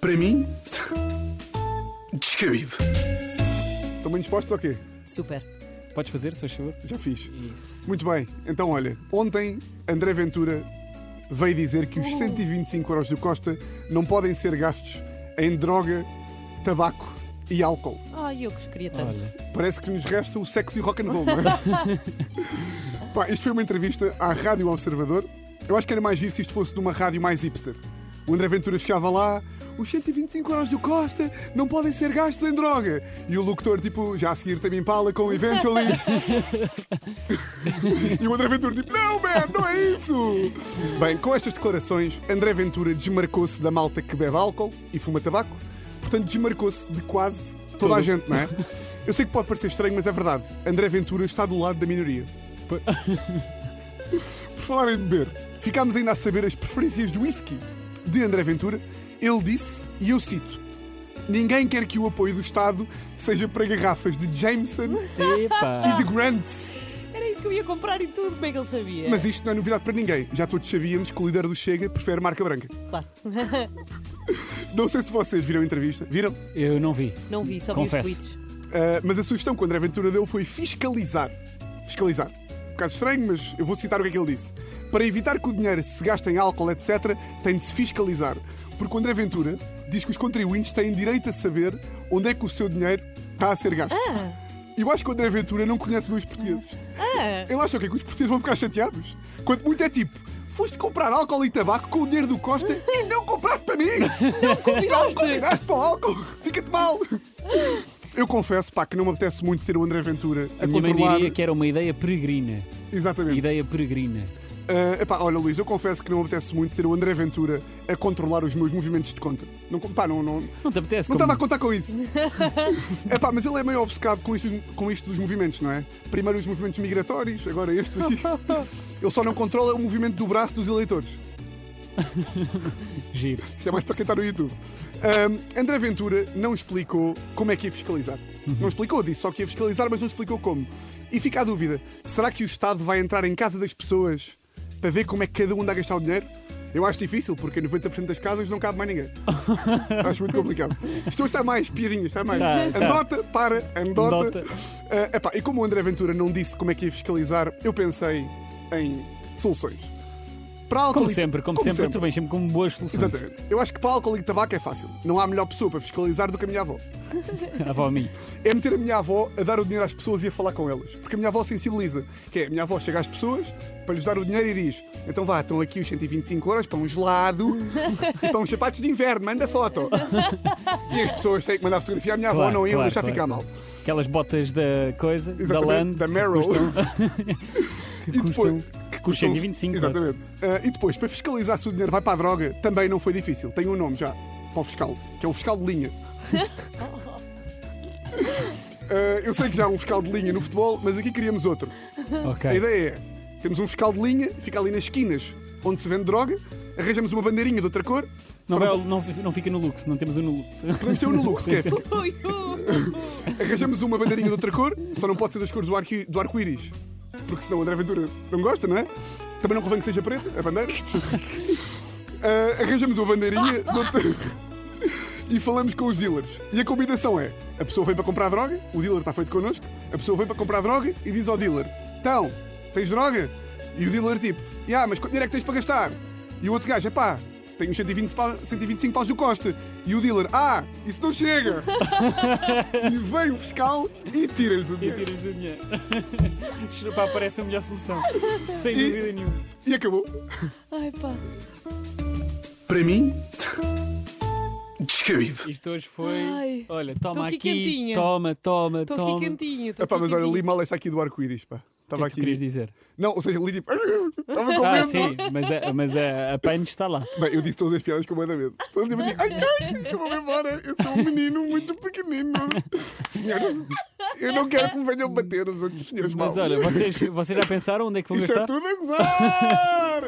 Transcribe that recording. Para mim, descabido. Também dispostos ao quê? Super. Podes fazer, se faz favor? Já fiz. Isso. Muito bem, então olha, ontem André Ventura veio dizer que os 125 euros do Costa não podem ser gastos em droga, tabaco e álcool. Ai, eu que queria tanto. Olha, Parece que nos resta o sexo e rock and roll, não é? Pá, isto foi uma entrevista à Rádio Observador. Eu acho que era mais giro se isto fosse numa rádio mais hipster. O André Ventura chegava lá, os 125 euros do Costa não podem ser gastos em droga. E o locutor, tipo, já a seguir também pala com Eventually. e o André Ventura, tipo, não, man, não é isso. Bem, com estas declarações, André Ventura desmarcou-se da malta que bebe álcool e fuma tabaco. Portanto, desmarcou-se de quase toda a Todo. gente, não é? Eu sei que pode parecer estranho, mas é verdade. André Ventura está do lado da minoria. Pois. Por falar em beber, ficámos ainda a saber as preferências do whisky de André Ventura. Ele disse, e eu cito: Ninguém quer que o apoio do Estado seja para garrafas de Jameson e Epa! de Grants. Era isso que eu ia comprar e tudo, como é que ele sabia? Mas isto não é novidade para ninguém. Já todos sabíamos que o líder do Chega prefere marca branca. Claro, Não sei se vocês viram a entrevista. Viram? Eu não vi. não vi, só Confesso. vi os tweets. Uh, mas a sugestão que o André Ventura deu foi fiscalizar. Fiscalizar. Um bocado estranho, mas eu vou citar o que é que ele disse. Para evitar que o dinheiro se gaste em álcool, etc., tem de se fiscalizar. Porque o André Ventura diz que os contribuintes têm direito a saber onde é que o seu dinheiro está a ser gasto. Eu acho que o André Ventura não conhece bem os portugueses. Ah! Ele acha o quê? Que os portugueses vão ficar chateados? Quanto muito é tipo, foste comprar álcool e tabaco com o dinheiro do Costa e não compraste para mim! Não convidaste. convidaste para o álcool! Fica-te mal! Eu confesso, pá, que não me apetece muito ter o André Ventura a, A minha mãe controlar. diria que era uma ideia peregrina. Exatamente. Ideia peregrina. Ah, epá, olha, Luís, eu confesso que não me apetece muito ter o André Ventura a controlar os meus movimentos de conta. Não, com- pá, não, não, não Não te apetece? estava a como... contar com isso. epá, mas ele é meio obcecado com isto, com isto dos movimentos, não é? Primeiro os movimentos migratórios, agora este aqui. Ele só não controla o movimento do braço dos eleitores. Giro. Isto é mais para quem está no YouTube. Ahm, André Ventura não explicou como é que ia fiscalizar. Uhum. Não explicou, disse só que ia fiscalizar, mas não explicou como. E fica a dúvida: será que o Estado vai entrar em casa das pessoas para ver como é que cada um dá a gastar o dinheiro? Eu acho difícil, porque em 90% das casas não cabe mais ninguém. acho muito complicado. Isto hoje está mais, piadinhas, está mais. Tá, tá. Andota, para, andota. Andota. Ah, epá, e como o André Ventura não disse como é que ia fiscalizar, eu pensei em soluções. Para álcool Como e- sempre, como, sempre, tu vens sempre com boas soluções. Exatamente. Eu acho que para álcool e tabaco é fácil. Não há melhor pessoa para fiscalizar do que a minha avó. A avó a mim. É meter a minha avó a dar o dinheiro às pessoas e a falar com elas. Porque a minha avó sensibiliza. Que é, a minha avó chega às pessoas para lhes dar o dinheiro e diz: então vá, estão aqui os 125 euros para um gelado e para uns sapatos de inverno, manda foto. E as pessoas têm que mandar fotografia à minha avó, Claro, não iam claro, deixar claro. ficar mal. Aquelas botas da coisa, da Exatamente, Land. da Merrill. que custam- E custam- que que custam- custam 25, claro. Exatamente. Ah, e depois, para fiscalizar se o dinheiro vai para a droga, também não foi difícil. Tem um nome já para o fiscal, que é o fiscal de linha. Ah, eu sei que já há um fiscal de linha no futebol, mas aqui queríamos outro. Ok. A ideia é: temos um fiscal de linha, fica ali nas esquinas onde se vende droga, arranjamos uma bandeirinha de outra cor. Não, só vai ao- não, não fica no luxo, não temos um no luxo. Podemos ter um no Lux, que é Ui, ui. Arranjamos uma bandeirinha de outra cor, só não pode ser das cores do, arqui- do arco-íris. Porque senão o André Ventura não gosta, não é? Também não convém que seja preta, a bandeira. Ah, arranjamos uma bandeirinha de outra... e falamos com os dealers. E a combinação é: a pessoa vem para comprar droga, o dealer está feito connosco, a pessoa vem para comprar droga e diz ao dealer: Então, tens droga? E o dealer tipo: Ah, mas quanto dinheiro é que tens para gastar? E o outro gajo: Pá, tenho 120 pa- 125 paus do Costa. E o dealer: Ah, isso não chega! E vem o fiscal e tira-lhes o E dinheiro. tiras o dinheiro. Isto, Pá, parece a melhor solução. Sem E- dúvida nenhuma. E acabou. Ai pá. Para mim, descabido. Isto hoje foi. Ai, olha, tô toma aqui aqui, quentinha. toma, toma, Estou toma. aqui quentinha. tô Epá, aqui mas olha, li quentinha. mal esta aqui do arco-íris, pá. O que Estava é que tu querias aqui. dizer? Não, ou seja, li tipo. Estava com Ah, medo. sim, mas a, mas é, a, a Paine está lá. Bem, eu disse todas as piadas com o medo. Todas tipo assim, ai, ai, eu vou embora. Eu sou um menino muito pequenino. Senhoras, eu não quero que me venham bater os outros senhores Mas maus. olha, vocês, vocês já pensaram onde é que vão Isto é gastar? tudo a gozar!